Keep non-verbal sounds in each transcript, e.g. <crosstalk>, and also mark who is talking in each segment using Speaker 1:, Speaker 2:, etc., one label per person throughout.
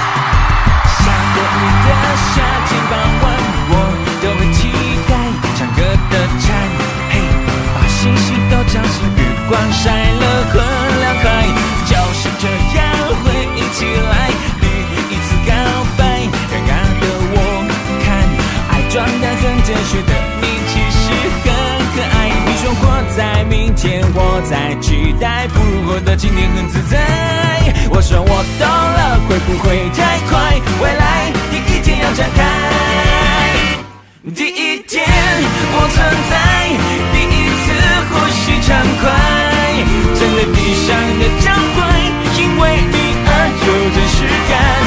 Speaker 1: 那个雨的夏天傍晚，我都会期待唱歌的蝉，嘿，把星星都照进月光，晒了很凉快，就是这样回忆起来，第一次告白，尴尬的我看，爱装的很哲学的你，其实很可爱。你说活在明天，活在期待，不过的今天很自在。我说我懂了，会不会太快？未来第一天要展开。第一天我存在，第一次呼吸畅快，站在地上的脚踝，因为你而有真实感。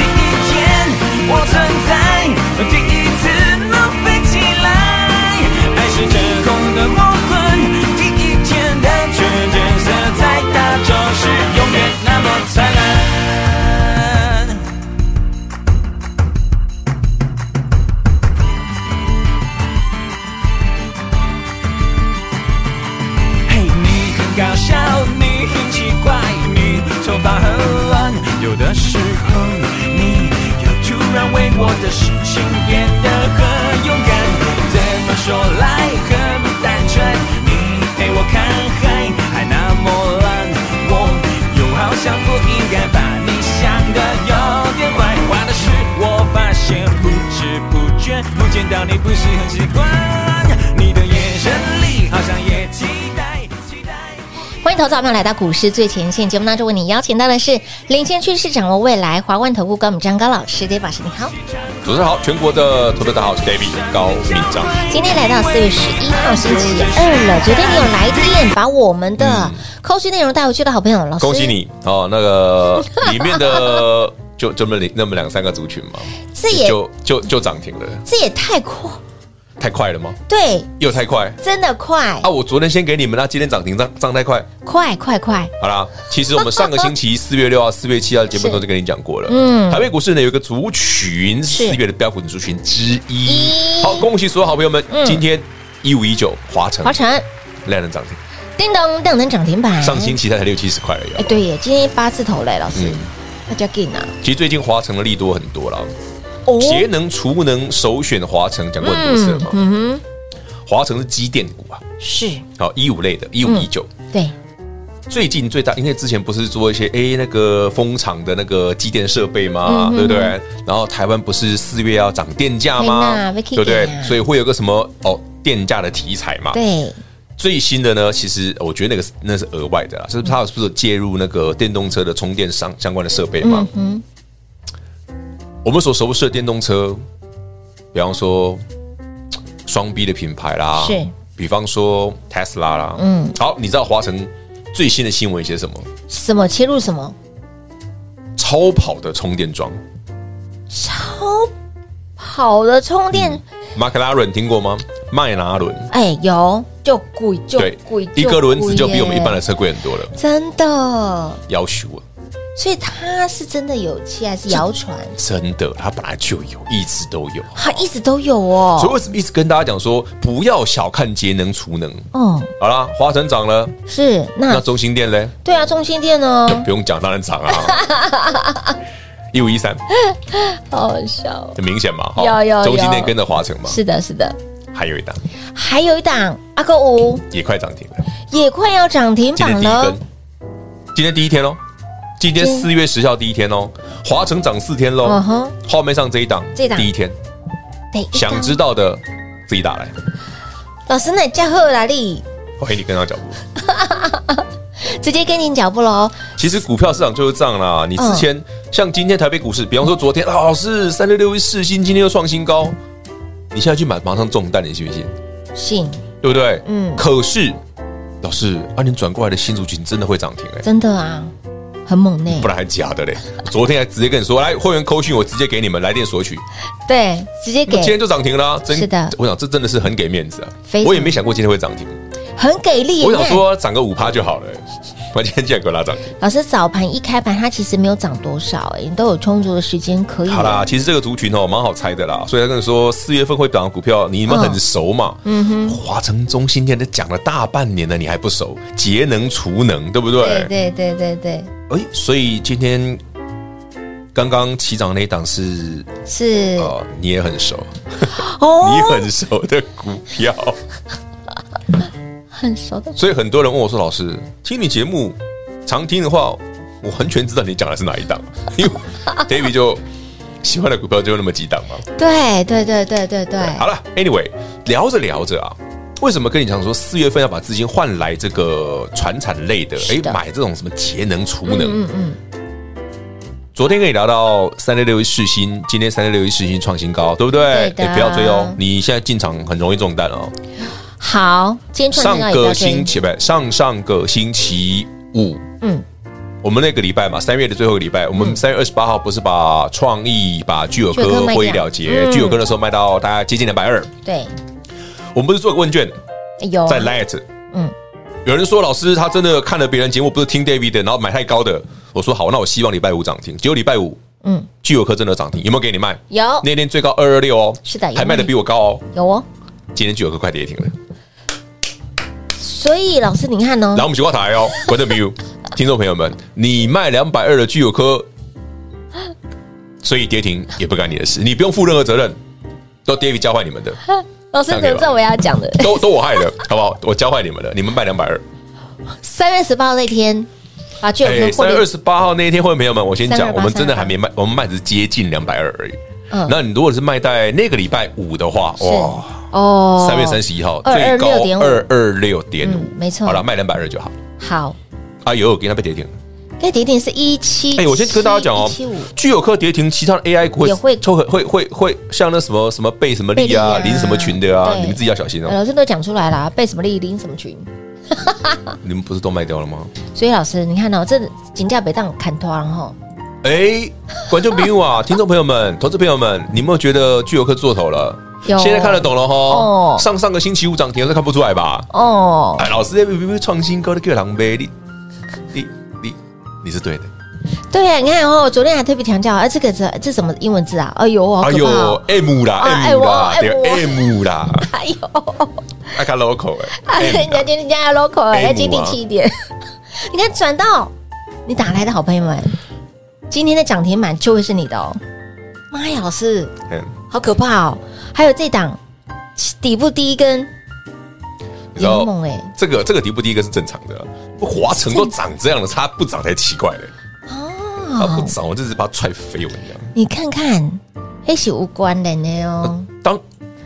Speaker 1: 第一天我存在，第一次能飞起来，爱是真空的魔幻，第一天的纯真色彩，它就是永远那么灿烂。嘿，你很搞笑，你很奇怪，你头发很乱，有的时候你又突然为我的事情变得很勇敢。怎么说来很单纯，你陪我看海还那么蓝，我又好像不应该把你想的有点坏。坏的是我发现不知不觉不见到你不是很习惯，你的眼神里好像也期待期待。
Speaker 2: 欢迎投资者朋友来到股市最前线节目当中，为你邀请到的是领先趋势、掌握未来华冠投顾高敏章高老师，David 老师你好。
Speaker 3: 主持人好，全国的投资大家好，我是 David 高敏章。
Speaker 2: 今天来到四月十一号星期二了，昨天你有来电把我们的扣讯内容带回去的好朋友，老师
Speaker 3: 嗯恭喜！你哦，那个里面的就这么那么两三个族群嘛，
Speaker 2: 这也
Speaker 3: 就就就涨停了，
Speaker 2: 这也太快，
Speaker 3: 太快了吗？
Speaker 2: 对，
Speaker 3: 又太快
Speaker 2: 真的快
Speaker 3: 啊！，我昨天先给你们，那今天涨停涨涨太快，
Speaker 2: 快快快！
Speaker 3: 好啦，其实我们上个星期四月六号、 <laughs> 四月七号的节目
Speaker 2: 是
Speaker 3: 中就跟你讲过了。
Speaker 2: 嗯
Speaker 3: 台北股市呢有一个族群，
Speaker 2: 是
Speaker 3: 四月的标股族群之一
Speaker 2: 一。
Speaker 3: 好，恭喜所有好朋友们，
Speaker 2: 嗯
Speaker 3: 今天一五一九华城
Speaker 2: 华晨
Speaker 3: 亮灯涨停，
Speaker 2: 叮咚亮灯涨停板，
Speaker 3: 上星期它才六七十块而已好不啊
Speaker 2: 哎，
Speaker 3: 好。
Speaker 2: 对耶，今天八字头嘞，老师
Speaker 3: 嗯，
Speaker 2: 大家进啊！
Speaker 3: 其实最近华城的利多很多了，
Speaker 2: 哦
Speaker 3: 节能储能首选华城讲过很多次了嘛。
Speaker 2: 嗯
Speaker 3: 华城是机电股啊，
Speaker 2: 哼，是，
Speaker 3: 好一五类的，一五一九。
Speaker 2: 对，
Speaker 3: 最近最大，因为之前不是做一些诶那个风场的那个机电设备
Speaker 2: 嗯
Speaker 3: 嘛，对不对？然后台湾不是四月要涨电价
Speaker 2: 哎
Speaker 3: 吗
Speaker 2: 呀？Vicky
Speaker 3: 对不对
Speaker 2: 姐啊？
Speaker 3: 所以会有个什么哦电价的题材嘛？
Speaker 2: 对，
Speaker 3: 最新的呢，其实呃我觉得那个是那是额外的啦，是不是？它是不是有介入那个电动车的充电商相关的设备嘛？
Speaker 2: 嗯
Speaker 3: 我们所熟悉的电动车，比方说双 B 的品牌啦，
Speaker 2: 是，
Speaker 3: 比方说 Tesla 啦，
Speaker 2: 嗯
Speaker 3: 嗯，好，你知道华晨最新的新闻写什么？
Speaker 2: 哼，什么切入什么，
Speaker 3: 超跑的充电桩。
Speaker 2: 超好的充电，
Speaker 3: 马克拉伦听过吗？迈拉伦，
Speaker 2: 嗯哎，有就贵就
Speaker 3: 对
Speaker 2: 贵，，
Speaker 3: 一个轮子就比我们一般
Speaker 2: 的
Speaker 3: 的车贵很多了，
Speaker 2: 真的，
Speaker 3: 要求啊，
Speaker 2: 所以他是真的有气还是谣传？
Speaker 3: 真的，它本来就有，一直都有。
Speaker 2: 他一直都有
Speaker 3: 所以
Speaker 2: 哦，
Speaker 3: 为什么一直跟大家讲说，不要小看节能储能？
Speaker 2: 嗯，
Speaker 3: 好啦，华晨涨了，
Speaker 2: 是
Speaker 3: 那
Speaker 2: 那
Speaker 3: 中心店嘞，
Speaker 2: 对啊，中心店呢，
Speaker 3: 不用讲，当然涨啊，
Speaker 2: <laughs>
Speaker 3: 一五一三，
Speaker 2: 好好笑哦，
Speaker 3: 很明显嘛，
Speaker 2: 有有
Speaker 3: 中心店
Speaker 2: 有
Speaker 3: 跟着华晨嘛，
Speaker 2: 是的，是的，
Speaker 3: 还有一档
Speaker 2: 还有一档阿哥五
Speaker 3: 也快涨停了，
Speaker 2: 也快要涨停
Speaker 3: 今天
Speaker 2: 板
Speaker 3: 第一
Speaker 2: 了
Speaker 3: 根，，今天第一天哦，今天
Speaker 2: 今
Speaker 3: 四月十号第一天哦，华晨涨四天喽
Speaker 2: 嗯，哼，
Speaker 3: 画面上这一档，
Speaker 2: 这一档
Speaker 3: 第一天，
Speaker 2: 对，一档
Speaker 3: 想知道的自己打来，
Speaker 2: 老师那加贺来力，
Speaker 3: 欢迎你跟上脚步。
Speaker 2: 直接跟进脚步喽，
Speaker 3: 其实股票市场就是这样
Speaker 2: 嗯
Speaker 3: 啦，你之前像今天台北股市，比方说昨天啊，老师三六六一四新今天又创新高，你现在去买，马上中弹，你信不信？
Speaker 2: 信
Speaker 3: 对不对？
Speaker 2: 嗯
Speaker 3: 可是老师，啊，你转过来的新族群真的会涨停哎、
Speaker 2: 真的啊，很猛呢、
Speaker 3: 不然还假的嘞！昨天还直接跟你说，来会员扣讯，我直接给你们来电索取，
Speaker 2: 对，直接
Speaker 3: 今天
Speaker 2: 给，
Speaker 3: 就涨停啦！真
Speaker 2: 是的
Speaker 3: 我想这真的是很给面子啊
Speaker 2: 非！常
Speaker 3: 我也没想过今天会涨停，
Speaker 2: 很给力。
Speaker 3: 我想
Speaker 2: 你看，
Speaker 3: 说涨个五趴就好了、欸， <laughs> 我今天竟然给我拉涨停。
Speaker 2: 老师早盘一开盘，它其实没有涨多少、哎，你都有充足的时间可以。
Speaker 3: 好啦，，其实这个族群哦，蛮好猜的啦，所以他跟你说四月份会涨的股票，你们
Speaker 2: 嗯
Speaker 3: 很熟嘛？嗯哼，华城中心现在讲了大半年了，你还不熟？节能储能，对不
Speaker 2: 对对对对对，
Speaker 3: 哎，所以今天刚刚起涨那一档是
Speaker 2: 是
Speaker 3: 哦，你也很熟，你
Speaker 2: 哦，
Speaker 3: 很熟的股票，
Speaker 2: 很熟的，
Speaker 3: 所以很多人问我说：“老师，听你节目常听的话，我完全知道你讲的是哪一档，因为 David 就喜欢的股票就那么几档嘛。”
Speaker 2: 对对对对对对，
Speaker 3: 好了，Anyway，聊着聊着啊，为什么跟你讲说四月份要把资金换来这个船产类的？
Speaker 2: 是
Speaker 3: 哎
Speaker 2: 的，
Speaker 3: 买这种什么节能储能？
Speaker 2: 嗯嗯，
Speaker 3: 昨天跟你聊到三六六一世新，今天三六六一世新创新高，对不对？
Speaker 2: 对的
Speaker 3: 哎不要追哦，你现在进场很容易中弹哦。
Speaker 2: 好，今天创
Speaker 3: 上
Speaker 2: 新高也
Speaker 3: 个
Speaker 2: 到这里
Speaker 3: 星，期不，上上个星期五，
Speaker 2: 嗯，
Speaker 3: 我们那个礼拜嘛，三月的最后一个礼拜，我们三月二十八号不是把创意、把聚友
Speaker 2: 聚友
Speaker 3: 科
Speaker 2: 科卖
Speaker 3: 获利
Speaker 2: 掉
Speaker 3: 了结
Speaker 2: 嗯，
Speaker 3: 聚友科那时候卖到大概接近两百二，
Speaker 2: 对，
Speaker 3: 我们不是做个问卷
Speaker 2: 有
Speaker 3: 在 Light，
Speaker 2: 嗯
Speaker 3: 嗯。有人说老师他真的看了别人节目，不是听 David 的，然后买太高的。我说好，那我希望礼拜五涨停。结果礼拜五
Speaker 2: 嗯，
Speaker 3: 聚友科真的涨停，有没有给你卖？
Speaker 2: 有
Speaker 3: 那天最高二二六哦，
Speaker 2: 是的有嗯
Speaker 3: 还卖的比我高哦。
Speaker 2: 有哦，
Speaker 3: 今天就有个快跌停了，
Speaker 2: 所以老师你看哦
Speaker 3: 然后，我们九挂台
Speaker 2: <laughs>
Speaker 3: 哦，观众朋友、听众朋友们，你卖两百二的具有科，所以跌停也不干你的事，你不用负任何责任，都 David 教坏你们的，
Speaker 2: 老师
Speaker 3: 这样
Speaker 2: 你
Speaker 3: 可
Speaker 2: 怎么
Speaker 3: 以吧
Speaker 2: 知道我要讲的？
Speaker 3: 都都我害的，好不好？我教坏你们了，你们卖两百二。
Speaker 2: 三月十八号那天，把巨有
Speaker 3: 哎，
Speaker 2: 科获
Speaker 3: 三月二
Speaker 2: 利，
Speaker 3: 十八号那一天，会员朋友们，我先
Speaker 2: 328
Speaker 3: 讲，我们真的还没卖，我们卖只是接近两百二而已。
Speaker 2: 嗯
Speaker 3: 那你如果是卖在那个礼拜五的话，
Speaker 2: 是
Speaker 3: 哇，
Speaker 2: 哦
Speaker 3: 三月三十一号最高
Speaker 2: 226.5
Speaker 3: 二二六点五
Speaker 2: 嗯，没错
Speaker 3: 好了，卖两百二就好。
Speaker 2: 好，
Speaker 3: 啊，有有给它被跌停。
Speaker 2: 该跌点是一七，
Speaker 3: 哎、我先跟大家讲哦
Speaker 2: 一七五，
Speaker 3: 具有科跌停，其他的 AI 股
Speaker 2: 也会
Speaker 3: 抽会会会像那什么什么贝什么利啊
Speaker 2: 贝，利啊
Speaker 3: 林什么群的啊，
Speaker 2: 对嗯
Speaker 3: 你们自己要小心哦。
Speaker 2: 呃老师都讲出来了，背什么利，领什么群。
Speaker 3: 你们不是都卖掉了吗？
Speaker 2: 所以老师，你看到、这金价被当砍脱了吼，
Speaker 3: 哎、观众朋
Speaker 2: <laughs>
Speaker 3: 友啊，听众朋友们，投资朋友们，你有没有觉得具有科做头了？
Speaker 2: 有
Speaker 3: 现在看得懂了哈。
Speaker 2: 哦
Speaker 3: 上上个星期五涨停，都看不出来吧？
Speaker 2: 哦，
Speaker 3: 哎，老师，别别别创新高的叫狼狈，你你你你是对的。
Speaker 2: 对啊，你看哦，昨天还特别强调，哎、啊，这个字这什么英文字啊？哎呦，好
Speaker 3: 哎
Speaker 2: 可怕、
Speaker 3: 呦
Speaker 2: 哦！
Speaker 3: ，M 啦
Speaker 2: 啊
Speaker 3: ，M 啦，
Speaker 2: 哎我
Speaker 3: 对
Speaker 2: 哎
Speaker 3: ，M 啦，
Speaker 2: 哎呦，
Speaker 3: 爱看 local
Speaker 2: <laughs> 哎
Speaker 3: 哎
Speaker 2: 人家
Speaker 3: ，M 啦，
Speaker 2: 人家 local 哎
Speaker 3: 哎
Speaker 2: 要接地气一点。 <laughs> 你看转到你打来的好朋友们，今天的涨停板就会是你的哦。妈呀，老师
Speaker 3: 嗯，
Speaker 2: 好可怕哦！还有这档底部第一根
Speaker 3: 你知道
Speaker 2: 猛哎、
Speaker 3: 这个这个底部第一个是正常的，华城都长这样了，它不长才奇怪嘞。它不
Speaker 2: 哦，
Speaker 3: 长，我这是把它踹飞，我跟你讲。
Speaker 2: 你看看，黑是无关联的
Speaker 3: <laughs>
Speaker 2: 哦，
Speaker 3: 当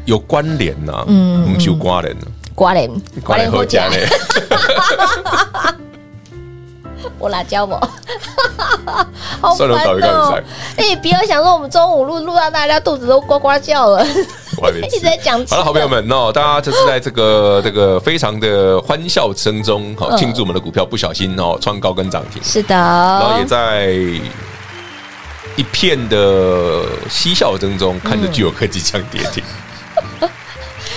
Speaker 3: 有关联呐，
Speaker 2: 嗯
Speaker 3: 嗯，我们就有关联了，
Speaker 2: 关联
Speaker 3: 关联后加嘞，
Speaker 2: 我辣椒我，
Speaker 3: <laughs>
Speaker 2: 好
Speaker 3: 算
Speaker 2: 烦
Speaker 3: 了倒一杠
Speaker 2: 哦
Speaker 3: 子！
Speaker 2: 哎，不要想说我们中午录录到大家肚子都呱呱叫
Speaker 3: <laughs>
Speaker 2: 了，
Speaker 3: 我还没
Speaker 2: <laughs> 一直
Speaker 3: 吃。
Speaker 2: 在讲吃
Speaker 3: 好
Speaker 2: 的。
Speaker 3: 了，好朋友们，那大家这是在这
Speaker 2: <laughs>
Speaker 3: 个这个非常的欢笑声中，好
Speaker 2: 嗯
Speaker 3: 庆祝我们的股票不小心哦创高跟涨停。
Speaker 2: 是
Speaker 3: 然后也
Speaker 2: 的，
Speaker 3: 在一片的嬉笑声中，看着具有科技将跌停。
Speaker 2: 嗯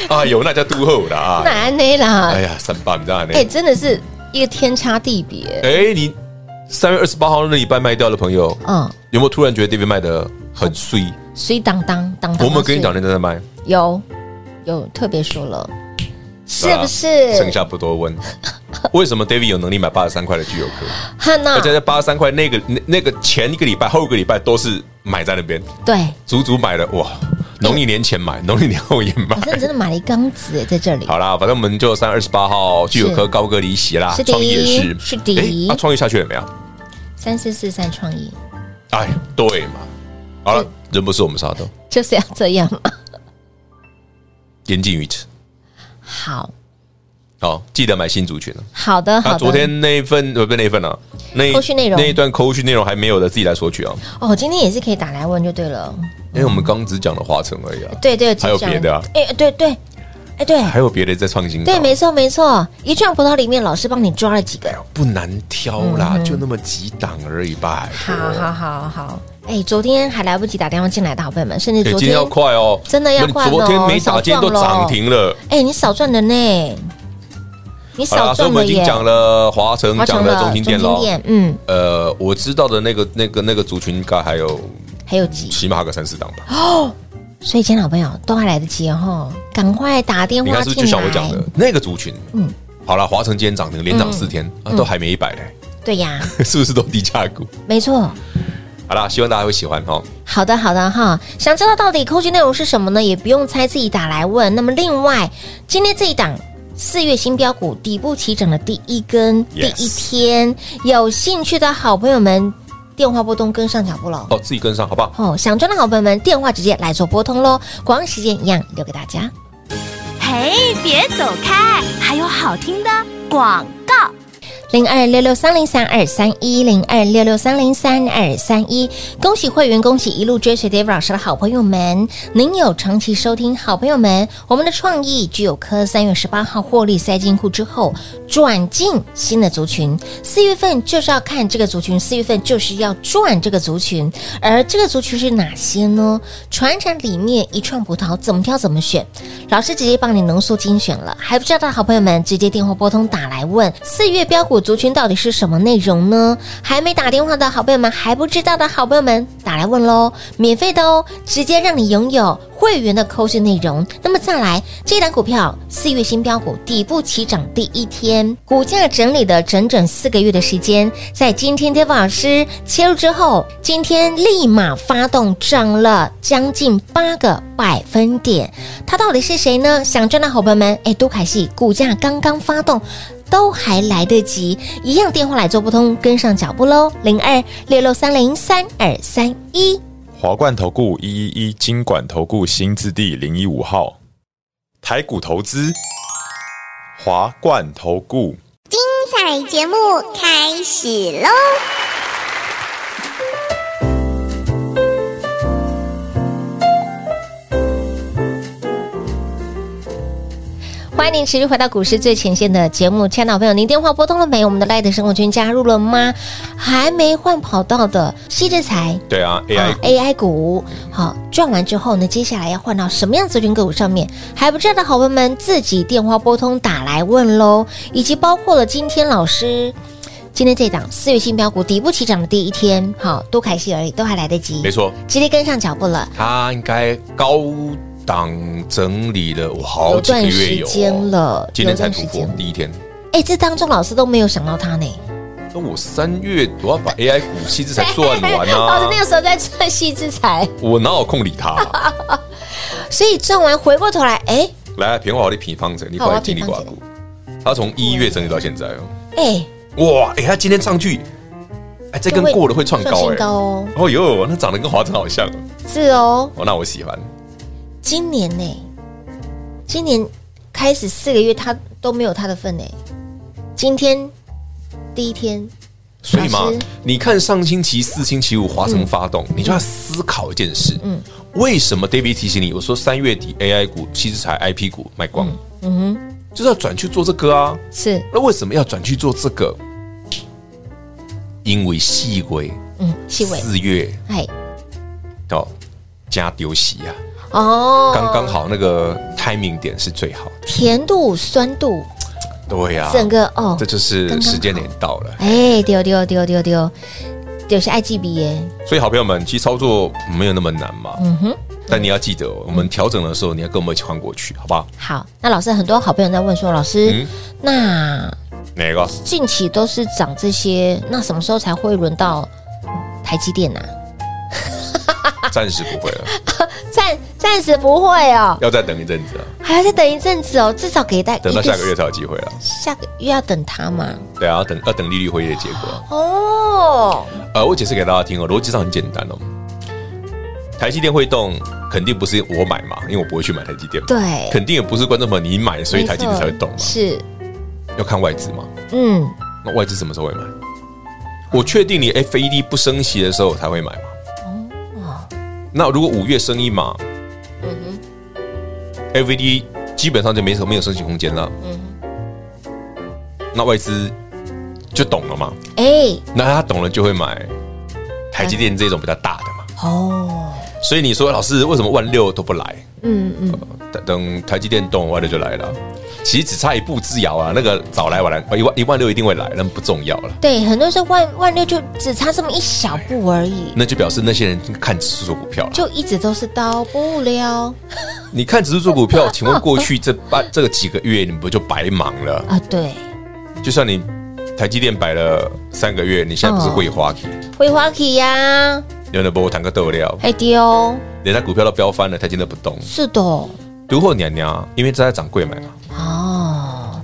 Speaker 3: 哎呦，那叫都后
Speaker 2: <laughs>
Speaker 3: 啦！啊！
Speaker 2: 难呢啦
Speaker 3: 哎，呀，三八你知道呢？
Speaker 2: 哎，真的是一个天差地别。
Speaker 3: 哎，你三月二十八号那礼拜卖掉的朋友，
Speaker 2: 嗯，
Speaker 3: 有没有突然觉得 David 卖的很碎？
Speaker 2: 水当当当当，
Speaker 3: <laughs> 我们跟你讲，认真
Speaker 2: <laughs>
Speaker 3: 在卖，
Speaker 2: 有有特别说了，是不
Speaker 3: 啊剩
Speaker 2: 是？
Speaker 3: 下不多问。 <laughs> 为什么 David 有能力买八十三块的具有
Speaker 2: <laughs>
Speaker 3: 科？
Speaker 2: 汉娜
Speaker 3: 而，且在八十三块那个那那个前一个礼拜、后一个礼拜都是买在那边，
Speaker 2: 对，
Speaker 3: 足足买了哇！农历年前买，农历年后也买
Speaker 2: <laughs> 好，像真的买了一缸子哎，在这里。
Speaker 3: 好啦，反正我们就三月二十八号具有科高歌离席啦
Speaker 2: 是，的
Speaker 3: 创意也是，
Speaker 2: 是的
Speaker 3: 诶啊，创意下去了没有？
Speaker 2: 三四四三创意
Speaker 3: 哎，对嘛。好了，人不是我们杀的，哦
Speaker 2: 就是要这样
Speaker 3: <laughs>
Speaker 2: 嘛。
Speaker 3: 言尽于此。
Speaker 2: 好
Speaker 3: 好，记得买新族群了。
Speaker 2: 好的好
Speaker 3: 啊，
Speaker 2: 的，
Speaker 3: 昨天那一份呃不是那一份啊，那一
Speaker 2: 扣讯内容
Speaker 3: 那一段扣讯内容还没有的，自己来索取啊。
Speaker 2: 哦，今天也是可以打来问就对了。
Speaker 3: 因为我们刚只讲了华晨而已啊，
Speaker 2: 对对，
Speaker 3: 还有别的啊
Speaker 2: 哎、对对，哎对
Speaker 3: 还有别的在创新高，啊
Speaker 2: 对，没错没错，一串葡萄里面老师帮你抓了几个
Speaker 3: 哎，呦不难挑啦，就那么几档而已吧。拜
Speaker 2: 嗯好
Speaker 3: 托
Speaker 2: 好好好，哎、昨天还来不及打电话进来的好朋友们，甚至
Speaker 3: 哎
Speaker 2: 昨
Speaker 3: 今天
Speaker 2: 天
Speaker 3: 要快哦，
Speaker 2: 真的要快
Speaker 3: 那你昨天
Speaker 2: 咯
Speaker 3: 没打，
Speaker 2: 少
Speaker 3: 今天都
Speaker 2: 撞咯
Speaker 3: 涨停了。
Speaker 2: 哎、你少赚了呢，你
Speaker 3: 好
Speaker 2: 少
Speaker 3: 啦，所以
Speaker 2: 赚
Speaker 3: 我
Speaker 2: 了
Speaker 3: 们已
Speaker 2: 耶
Speaker 3: 经，讲了华城，
Speaker 2: 华
Speaker 3: 讲
Speaker 2: 城
Speaker 3: 了中
Speaker 2: 中心
Speaker 3: 心店喽。
Speaker 2: 店，嗯，
Speaker 3: 呃，我知道的那个、那个、那个族群，应该还有
Speaker 2: 还有几，
Speaker 3: 起码个三四档
Speaker 2: 啊
Speaker 3: 吧。
Speaker 2: 所以，亲老朋友都还来得及哦，赶快打电
Speaker 3: 你
Speaker 2: 话
Speaker 3: 看是不
Speaker 2: 进
Speaker 3: 是
Speaker 2: 来。
Speaker 3: 就像我讲的那个族群？
Speaker 2: 嗯
Speaker 3: 嗯，好了，华城今天涨停，连涨四天，啊都还没一百嘞， <laughs>
Speaker 2: 对呀， <laughs>
Speaker 3: 是不是都低价股？
Speaker 2: 没错。
Speaker 3: 好啦，希望大家会喜欢哈。哦
Speaker 2: 好的，好的哈。想知道到底扣讯内容是什么呢？也不用猜，自己打来问。那么，另外今天这一档。四月新标股底部起涨的第一根
Speaker 3: Yes
Speaker 2: 第一天，有兴趣的好朋友们，电话拨通跟上脚步喽。
Speaker 3: 哦，自己跟上好不好？
Speaker 2: 哦，想赚的好朋友们，电话直接来做拨通喽。广告时间一样留给大家。
Speaker 4: 嘿，别走开，还有好听的广告。
Speaker 2: 零二六六三零三二三一零二六六三零三二三一。恭喜会员，恭喜一路追随 Dave 老师的好朋友们！您有长期收听好朋友们，我们的创意具有科三月十八号获利塞进库之后，转进新的族群。四月份就是要看这个族群，四月份就是要赚这个族群。而这个族群是哪些呢？传产里面一串葡萄怎么挑怎么选，老师直接帮你浓缩精选了。还不知道的好朋友们，直接电话拨通打来问，四月标股族群到底是什么内容呢？还没打电话的好朋友们，还不知道的好朋友们，打来问喽，免费的哦，直接让你拥有会员的扣讯内容。那么再来，这档股票四月新标股底部起涨第一天，股价整理的整整四个月的时间，在今天 David 老师切入之后，今天立马发动涨了将近八个百分点。他到底是谁呢？想赚的好朋友们，哎，都凯系股价刚刚发动。都还来得及，一样电话来做不通，跟上脚步喽，零二六六三零三二三一。
Speaker 5: 华冠投顾一一一金管投顾新字第零一五号，台股投资，华冠投顾。
Speaker 6: 彩节目开始喽！
Speaker 2: 欢迎您持续回到股市最前线的节目，亲爱的好朋友，您电话拨通了没？我们的 Light 生活圈加入了吗？还没换跑道的西之财
Speaker 3: 对啊
Speaker 2: 啊
Speaker 3: ，AI
Speaker 2: AI 股，好赚完之后呢，接下来要换到什么样子群个股上面？还不知道的好朋友们，自己电话拨通打来问喽。以及包括了今天老师今天这档四月新标股底部起涨的第一天，好多开心而已，都还来得及，
Speaker 3: 没，错，
Speaker 2: 直接跟上脚步了。
Speaker 3: 它应该高档整理了，我好
Speaker 2: 有
Speaker 3: 几个
Speaker 2: 段
Speaker 3: 月
Speaker 2: 时
Speaker 3: 有哦
Speaker 2: 间了，
Speaker 3: 今天才突
Speaker 2: 有
Speaker 3: 破
Speaker 2: 段时间
Speaker 3: 第一天。
Speaker 2: 哎、这当中老师都没有想到他呢。
Speaker 3: 那我三月我要把 AI 股息 <laughs> 资才
Speaker 2: <laughs>
Speaker 3: 赚完
Speaker 2: 老师那
Speaker 3: 啊，
Speaker 2: 个时候在赚细之财，
Speaker 3: 我哪有空理它啊？
Speaker 2: 所以赚完回过头来，哎
Speaker 3: 来，平华的平方城，你
Speaker 2: 好我
Speaker 3: 快来
Speaker 2: 要
Speaker 3: 经历
Speaker 2: 平
Speaker 3: 过
Speaker 2: 方
Speaker 3: 股，它从一月整理到现在哦，
Speaker 2: 哎，
Speaker 3: 哇，哎、它今天上去，哎、这根
Speaker 2: 会
Speaker 3: 过了会创
Speaker 2: 创
Speaker 3: 高哎、
Speaker 2: 新高哦，
Speaker 3: 哦哟，那长得跟华晨好像哦
Speaker 2: 是哦，
Speaker 3: 哦，那我喜欢。
Speaker 2: 今年呢、今年开始四个月他都没有他的份呢、今天第一天，
Speaker 3: 所以嘛
Speaker 2: 老师，
Speaker 3: 你看上星期四、星期五华晨发动，
Speaker 2: 嗯
Speaker 3: 你就要思考一件事，嗯，为什么 David 提醒你？我说三月底 AI 股、其实才 IP 股卖光，
Speaker 2: 嗯哼，
Speaker 3: 就是要转去做这个啊。
Speaker 2: 是，
Speaker 3: 那为什么要转去做这个？因为细微
Speaker 2: 嗯，细微，
Speaker 3: 四月
Speaker 2: 哎，
Speaker 3: 哦加丢席啊，
Speaker 2: 哦，
Speaker 3: 刚刚好那个 timing 点是最好的。
Speaker 2: 甜度、酸度，
Speaker 3: 对呀、
Speaker 2: 整个哦
Speaker 3: 这，就是时间点到了。
Speaker 2: 哎，丢丢丢丢丢，丢是爱记笔耶，
Speaker 3: 所以好朋友们，其实操作没有那么难嘛。
Speaker 2: 嗯哼。
Speaker 3: 但你要记得哦，我们调整的时候，你要跟我们一起换过去，好不好？
Speaker 2: 好，那老师很多好朋友在问说，老师，
Speaker 3: 嗯
Speaker 2: 那
Speaker 3: 哪个？
Speaker 2: 近期都是涨这些，那什么时候才会轮到台积电呢、啊？
Speaker 3: 暂时不会
Speaker 2: <laughs>
Speaker 3: 了，
Speaker 2: 暂暂时不会哦，
Speaker 3: 要再等一阵子啊，
Speaker 2: 还要再等一阵子哦，至少给大
Speaker 3: 等到
Speaker 2: 一时
Speaker 3: 下个月，才有机会啊。
Speaker 2: 下个月要等它嘛。
Speaker 3: 对啊，要等要等利率会议的结果。
Speaker 2: 哦，
Speaker 3: 呃，我解释给大家听哦，逻辑上很简单哦。台积电会动，肯定不是我买嘛，因为我不会去买台积电嘛。
Speaker 2: 对，
Speaker 3: 肯定也不是观众朋友你买，所以台积电才会动嘛
Speaker 2: 没错。是，
Speaker 3: 要看外资嘛，
Speaker 2: 嗯，
Speaker 3: 那外资什么时候会买？E
Speaker 2: 哦
Speaker 3: 我确定你 FED 不升息的时候我才会买嘛。那如果五月升一码，嗯哼，FVD 基本上就没什么没有升息空间了，嗯那外资就懂了嘛，
Speaker 2: 哎，
Speaker 3: 那他懂了就会买台积电这种比较大的嘛，
Speaker 2: 哦，
Speaker 3: 所以你说老师为什么万六都不来？呃
Speaker 2: 嗯嗯，
Speaker 3: 等等台积电动，万六就来了。其实只差一步之遥啊，那个早来晚来，一万一万六一定会来，那不重要了。
Speaker 2: 对，很多时候万万六就只差这么一小步而已，
Speaker 3: 那就表示那些人看指数做股票了。
Speaker 2: 就一直都是到不了
Speaker 3: 你看指数做
Speaker 2: <laughs>
Speaker 3: 股票，请问过去这半这个几个月，你不就白忙了？
Speaker 2: 啊，对，
Speaker 3: 就算你台积电摆了三个月，你现
Speaker 2: 嗯
Speaker 3: 在不是会花旗，
Speaker 2: 会花旗呀，
Speaker 3: 有人帮我谈个豆料，
Speaker 2: 哎丢，
Speaker 3: 人家股票都飙翻了，台积电不动，
Speaker 2: 是的。
Speaker 3: 独货娘娘，因为这在涨贵买嘛，
Speaker 2: 哦，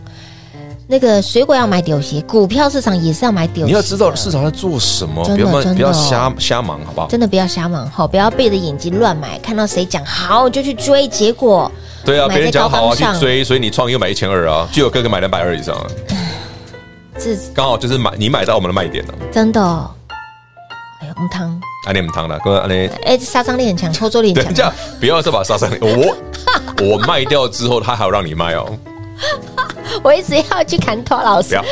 Speaker 2: 那个水果要买丢鞋，股票市场也是要买丢鞋。
Speaker 3: 你要知道市场在做什么，
Speaker 2: 真
Speaker 3: 不
Speaker 2: 的
Speaker 3: 要慢
Speaker 2: 真的哦
Speaker 3: 不要瞎瞎忙，好不好？
Speaker 2: 真的不要瞎忙哈，不要背着眼睛乱买，看到谁讲好就去追，结果
Speaker 3: 对啊，
Speaker 2: 买
Speaker 3: 别人
Speaker 2: 在
Speaker 3: 讲
Speaker 2: 高
Speaker 3: 好啊，
Speaker 2: 档
Speaker 3: 去
Speaker 2: 上
Speaker 3: 追，所以你创业买一千二啊，就有哥哥买两百二以上啊。
Speaker 2: 这
Speaker 3: 刚好就是买你买到我们的卖点了，啊
Speaker 2: 真的哦。哎呦，红汤，
Speaker 3: 安利唔汤了，跟安利。
Speaker 2: 哎，这杀伤力很强，操作力很
Speaker 3: 等一
Speaker 2: 强
Speaker 3: 下，不要再把杀伤力，我 <laughs> 我卖掉之后，他还要让你卖哦，
Speaker 2: 哦。我一直要去砍头老
Speaker 3: 不
Speaker 2: 师
Speaker 3: <laughs> 要，。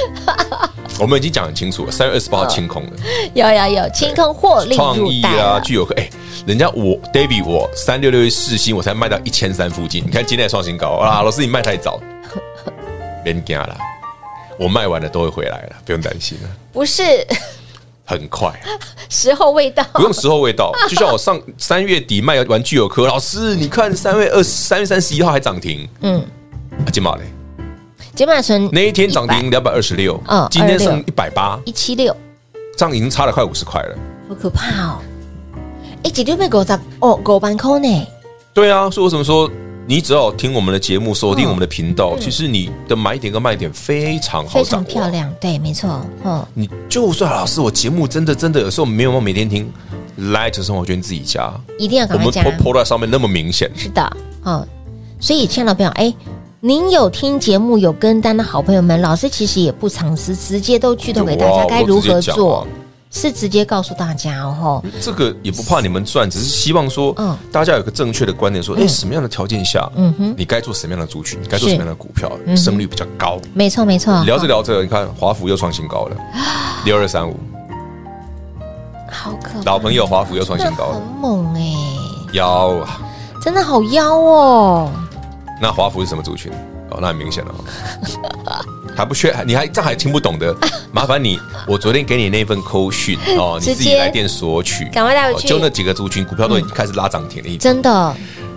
Speaker 3: 我们已经讲很清楚了，三月二十八号清空了，
Speaker 2: 有有有，清空获利
Speaker 3: 创
Speaker 2: 入
Speaker 3: 意
Speaker 2: 袋
Speaker 3: 啊，
Speaker 2: 了。
Speaker 3: 具有科，哎，人家我 David 我三六六一四星，我才卖到一千三附近，你看今天也创新高啊，老师你卖太 <laughs> 早，别惊啦，我卖完了都会回来了，不用担心了，
Speaker 2: 不是
Speaker 3: 很快，
Speaker 2: 时候未到，
Speaker 3: <laughs> 不用时候未到，就像我上三月底卖完具有科，老师你看三月二三月三十一号还涨停，
Speaker 2: 嗯，
Speaker 3: 啊，金马嘞。
Speaker 2: 解码存
Speaker 3: 那一天涨停两百二十六
Speaker 2: 嗯，
Speaker 3: 今天剩
Speaker 2: 26
Speaker 3: 一百八，
Speaker 2: 一七六，
Speaker 3: 这样已经差了快五十块了。
Speaker 2: 好可怕哦！哎，几六被狗砸哦，狗板空呢？
Speaker 3: 对啊，所以为什么说你只要听我们的节目，锁定我们的频道，其实你的买点跟卖点非常
Speaker 2: 嗯
Speaker 3: 好
Speaker 2: 非
Speaker 3: 掌
Speaker 2: 常漂
Speaker 3: 握。
Speaker 2: 亮，对，没错，哦，
Speaker 3: 你就算老师，我节目真的真的有时候没有每天听，Light 生活圈自己加，
Speaker 2: 一定要
Speaker 3: 我
Speaker 2: 赶快
Speaker 3: 们
Speaker 2: 加
Speaker 3: po。po 在上面那么明显，
Speaker 2: 是的，哦，所以亲爱的朋友，哎，您有听节目有跟单的好朋友们，老师其实也不藏私，直接都剧透给大
Speaker 3: 有啊
Speaker 2: 家
Speaker 3: 我
Speaker 2: 该如何
Speaker 3: 直接讲
Speaker 2: 做
Speaker 3: 啊，
Speaker 2: 是直接告诉大家哦，
Speaker 3: 这个也不怕你们赚，只是希望说
Speaker 2: 嗯，
Speaker 3: 大家有个正确的观点，说，哎，什么样的条件下，
Speaker 2: 嗯哼嗯
Speaker 3: 你该做什么样的族群，你该做什么样的股票，
Speaker 2: 哼
Speaker 3: 胜率比较高。
Speaker 2: 没错没错，
Speaker 3: 聊着聊着，你看华府又创新高了，六二三五，
Speaker 2: 好可怕，
Speaker 3: 老朋友华府又创新
Speaker 2: 真
Speaker 3: 高
Speaker 2: 的很 <laughs>
Speaker 3: 了，
Speaker 2: 猛哎、
Speaker 3: 妖啊！
Speaker 2: 真的好妖哦，
Speaker 3: 那华府是什么族群？哦，那很明显
Speaker 2: <laughs>
Speaker 3: 了、哦，还不缺，你还这还听不懂的，麻烦你，我昨天给你那份扣讯
Speaker 2: <laughs>
Speaker 3: 哦，你
Speaker 2: 直接
Speaker 3: 自己来电索取，
Speaker 2: 赶快带回去嗯
Speaker 3: 哦就那几个族群，股票都已经开始拉涨停了，已经
Speaker 2: 真的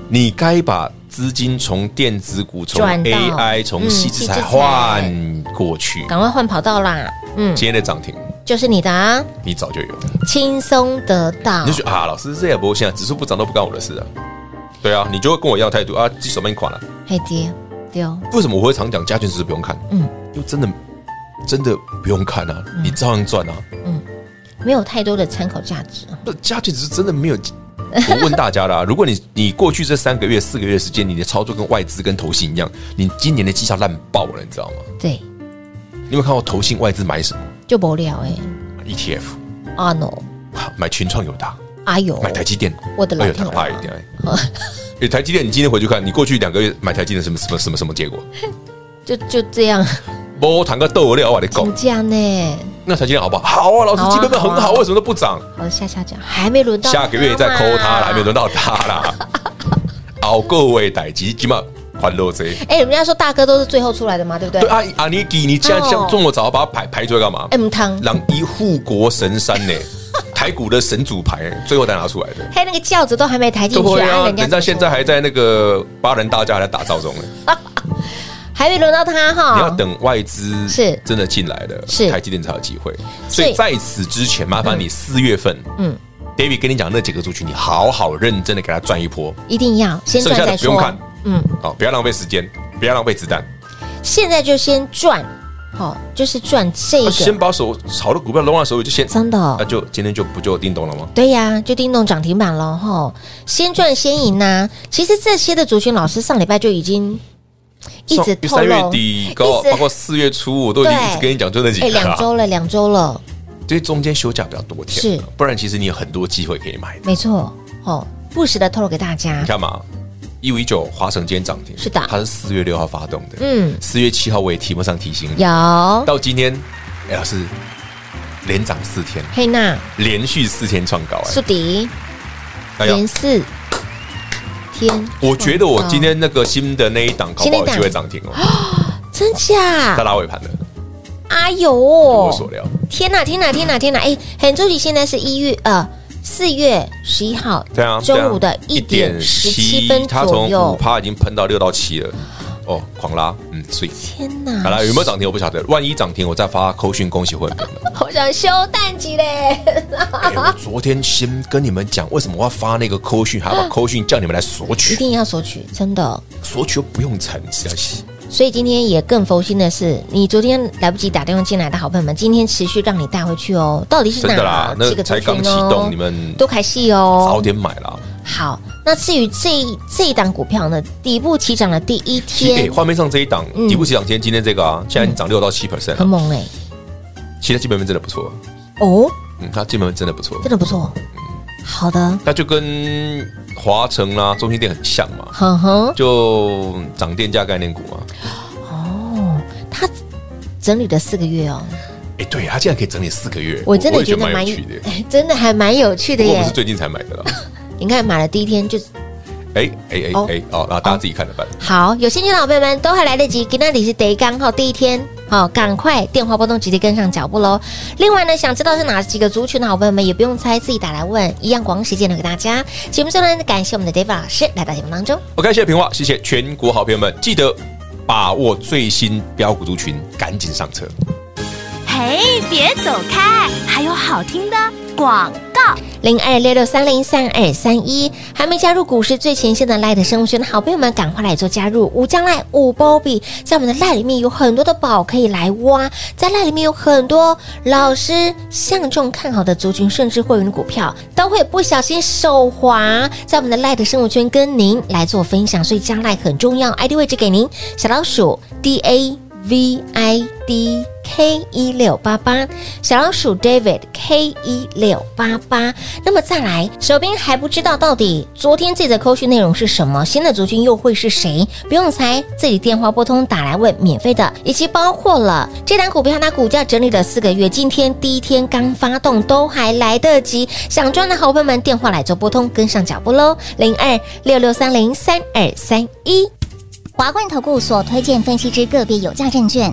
Speaker 3: 你该把资金从电子股、从
Speaker 2: 转到
Speaker 3: AI、从
Speaker 2: 嗯
Speaker 3: 细制
Speaker 2: 细制
Speaker 3: 材
Speaker 2: 裁
Speaker 3: 换过去。
Speaker 2: 赶快换跑道啦，嗯，
Speaker 3: 今天的涨停，
Speaker 2: 就是你的、啊，
Speaker 3: 你早就有了。
Speaker 2: 轻松得到
Speaker 3: 你，就觉得啊，老师这也不过现在指数不涨都不干我的事啊。对啊，你就会跟我一样态度啊，鸡手慢垮了。
Speaker 2: 嘿爹哦丢，
Speaker 3: 为什么我会常讲加权指数不用看？
Speaker 2: 嗯
Speaker 3: 嗯，因为真的真的不用看啊，你照样赚啊。
Speaker 2: 没有太多的参考价值。
Speaker 3: 不，加权指数真的没有。我问大家啦、 <laughs> 如果你你过去这三个月、四个月时间，你的操作跟外资跟投信一样，你今年的绩效烂爆了，你知道吗？
Speaker 2: 对，
Speaker 3: 你有没有看过投信外资买什么
Speaker 2: 就无聊哎、
Speaker 3: 买？ETF
Speaker 2: 阿诺，
Speaker 3: 啊买群创有达，
Speaker 2: 阿友，
Speaker 3: 买台积电，
Speaker 2: 哦我的老
Speaker 3: 哎呦，
Speaker 2: 天
Speaker 3: 打
Speaker 2: 鹅
Speaker 3: 怕一点。哎 <laughs> 哎台积电，你今天回去看，你过去两个月买台积电什么什么什么什么结果？
Speaker 2: 就就这样，
Speaker 3: 我谈个豆料啊，你
Speaker 2: 怎
Speaker 3: 讲
Speaker 2: 么这样呢？
Speaker 3: 那台积电好不好？好啊，老
Speaker 2: 嗯好啊
Speaker 3: 师基本面很
Speaker 2: 好
Speaker 3: 好，
Speaker 2: 啊
Speaker 3: 为什么都不涨？
Speaker 2: 我下下讲，还没轮到
Speaker 3: 下个月再抠它啦，还没轮
Speaker 2: 到。
Speaker 3: 到它
Speaker 2: <laughs>
Speaker 3: 啦。熬各位代机，起码还落这。
Speaker 2: 哎、人家说大哥都是最后出来的嘛，对不哎对？
Speaker 3: 对啊，阿尼基，你既然
Speaker 2: 哦
Speaker 3: 像这么早把它排排出来干嘛？
Speaker 2: M 汤，
Speaker 3: 让一护国神山
Speaker 2: <laughs>
Speaker 3: 呢，台股的神主牌，最后才拿出来的。
Speaker 2: 还有那个轿子都还没抬进
Speaker 3: 对
Speaker 2: 去
Speaker 3: 啊，
Speaker 2: 啊，
Speaker 3: 人家现在还在那个八人大架还在打造中呢。
Speaker 2: 还没轮到他哈。
Speaker 3: 你要等外资
Speaker 2: 啊是
Speaker 3: 真的进来了，
Speaker 2: 是
Speaker 3: 台积电才有机会。
Speaker 2: 所
Speaker 3: 所
Speaker 2: 以
Speaker 3: 以在此之前，麻烦你四月份，
Speaker 2: 嗯
Speaker 3: 嗯，David 跟你讲那几个族群，你好好认真的给他赚一波，
Speaker 2: 一定要先
Speaker 3: 剩
Speaker 2: 赚
Speaker 3: 下
Speaker 2: 再
Speaker 3: 的不用
Speaker 2: 说。
Speaker 3: 看，
Speaker 2: 嗯，
Speaker 3: 好，不要浪费时间，不要浪费子弹，
Speaker 2: 现在就先赚，好、就是赚这个，
Speaker 3: 啊先把手好的股票弄到手里就先，
Speaker 2: 真的哦、
Speaker 3: 那就今天就不就叮咚了吗？
Speaker 2: 对呀，就叮咚涨停板了吼，先赚先赢呐、其实这些的族群老师上礼拜就已经一直透
Speaker 3: 上三
Speaker 2: 露，
Speaker 3: 月底，
Speaker 2: 一
Speaker 3: 包
Speaker 2: 直
Speaker 3: 包括四月初，我都已经一直跟你讲，就那几
Speaker 2: 哎
Speaker 3: 个
Speaker 2: 两
Speaker 3: 啊，
Speaker 2: 周了，两周了，
Speaker 3: 所以中间休假比较多天，
Speaker 2: 是
Speaker 3: 不然其实你有很多机会可以买的。
Speaker 2: 没错，哦，不时的透露给大家
Speaker 3: 你。看嘛，一五一九华晨今天涨停，
Speaker 2: 是的
Speaker 3: 它是四月六号发动的，
Speaker 2: 嗯，
Speaker 3: 四月七号我也题目上提醒你，
Speaker 2: 有
Speaker 3: 到今天，哎老师连涨四天，
Speaker 2: 黑娜、
Speaker 3: 连续四天创高，
Speaker 2: 宿迪、
Speaker 3: 哎
Speaker 2: 连四天，
Speaker 3: 我觉得我今天那个新的那一档，搞
Speaker 2: 新
Speaker 3: 不
Speaker 2: 的
Speaker 3: 好有
Speaker 2: 档
Speaker 3: 机会涨停哦，
Speaker 2: 真假
Speaker 3: 在？拉尾盘的，
Speaker 2: 哎
Speaker 3: 如我所
Speaker 2: 呦，
Speaker 3: 料，
Speaker 2: 天哪，天哪，天哪，天哪！哎，很周期现在是一月呃四月十一号，
Speaker 3: 对啊，
Speaker 2: 中午的
Speaker 3: 一
Speaker 2: 一点十七分
Speaker 3: 它
Speaker 2: 左
Speaker 3: 从五
Speaker 2: 右。
Speaker 3: 趴已经喷到六到七了，哦，狂拉，嗯，所以
Speaker 2: 天哪！
Speaker 3: 好了，有没有涨停我不晓得，万一涨停我再发扣讯恭喜会员们。
Speaker 2: 好想休蛋鸡嘞！
Speaker 3: 哎，我昨天先跟你们讲，为什么我要发那个扣讯，还要把扣讯叫你们来索
Speaker 2: 啊一
Speaker 3: 取，
Speaker 2: 定要索取，真的。
Speaker 3: 索取又不用啊成，只要写
Speaker 2: 所以今天也更佛心的是，你昨天来不及打电话进来的好朋友们，今天持续让你带回去哦。到底是
Speaker 3: 真
Speaker 2: 哪
Speaker 3: 的啦，那
Speaker 2: 几个族
Speaker 3: 才
Speaker 2: 群哦
Speaker 3: 刚启动，你们
Speaker 2: 多开戏哦。
Speaker 3: 早点买啦。
Speaker 2: 好，那至于这一这一档股票呢，底部起涨的第一
Speaker 3: 其实哎，
Speaker 2: 天，
Speaker 3: 画面上这一档
Speaker 2: 嗯
Speaker 3: 底部起涨，今天今天这个啊，现在已经涨六到七 percent
Speaker 2: 很猛哎、
Speaker 3: 其实基本面真的不错，啊
Speaker 2: 哦，
Speaker 3: 嗯，它基本面真的不错，
Speaker 2: 真的不错。好的，
Speaker 3: 它就跟华城啦、中心店很像嘛，
Speaker 2: 哼哼，
Speaker 3: 就涨电价概念股嘛。
Speaker 2: 哦，它整理了四个月哦， <laughs>
Speaker 3: 哎，对，它竟然可以整理四个月，
Speaker 2: 我真的觉得
Speaker 3: 也
Speaker 2: 蛮
Speaker 3: 有趣
Speaker 2: <laughs>
Speaker 3: 的。
Speaker 2: 哎真的还蛮有趣的
Speaker 3: 不过
Speaker 2: 耶
Speaker 3: 不是。最近才买
Speaker 2: <laughs>
Speaker 3: 的啦，
Speaker 2: 你看买了第一天就
Speaker 3: 哎哎哎
Speaker 2: 哦
Speaker 3: 哎，哦，那大家自己看着办。
Speaker 2: 好，有兴趣的好朋友们都还来得及，今天里是得刚好第一天。好，赶快电话拨动，直接跟上脚步喽！另外呢，想知道是哪几个族群的好朋友们，也不用猜，自己打来问，一样广时间留给大家。节目最后呢，感谢我们的 David 老师来到节目当中。
Speaker 3: OK，谢谢平话，谢谢全国好朋友们，记得把握最新标股族群，赶紧上车。
Speaker 4: 嘿，别走开，还有好听的广告。
Speaker 2: 零二六六三零三二三一，还没加入股市最前线的 Light 生物圈的好朋友们，赶快来做加入！五将赖五包比，在我们的赖里面有很多的宝可以来挖，在赖里面有很多老师相中看好的族群，甚至会员的股票，都会不小心手滑，在我们的 Light 生物圈跟您来做分享，所以加赖很重要，ID 位置给您，小老鼠 D A V I D K 一六八八，小老鼠 David K 一六八八。那么再来，手边还不知道到底昨天这则扣讯内容是什么，新的族群又会是谁？不用猜，自己电话拨通打来问，免费的，以及包括了这档股票，它股价整理了四个月，今天第一天刚发动，都还来得及。想赚的好朋友们，电话来做拨通，跟上脚步喽，零二六六三零三二三一。
Speaker 6: 华冠投顾所推荐分析之个别有价证券，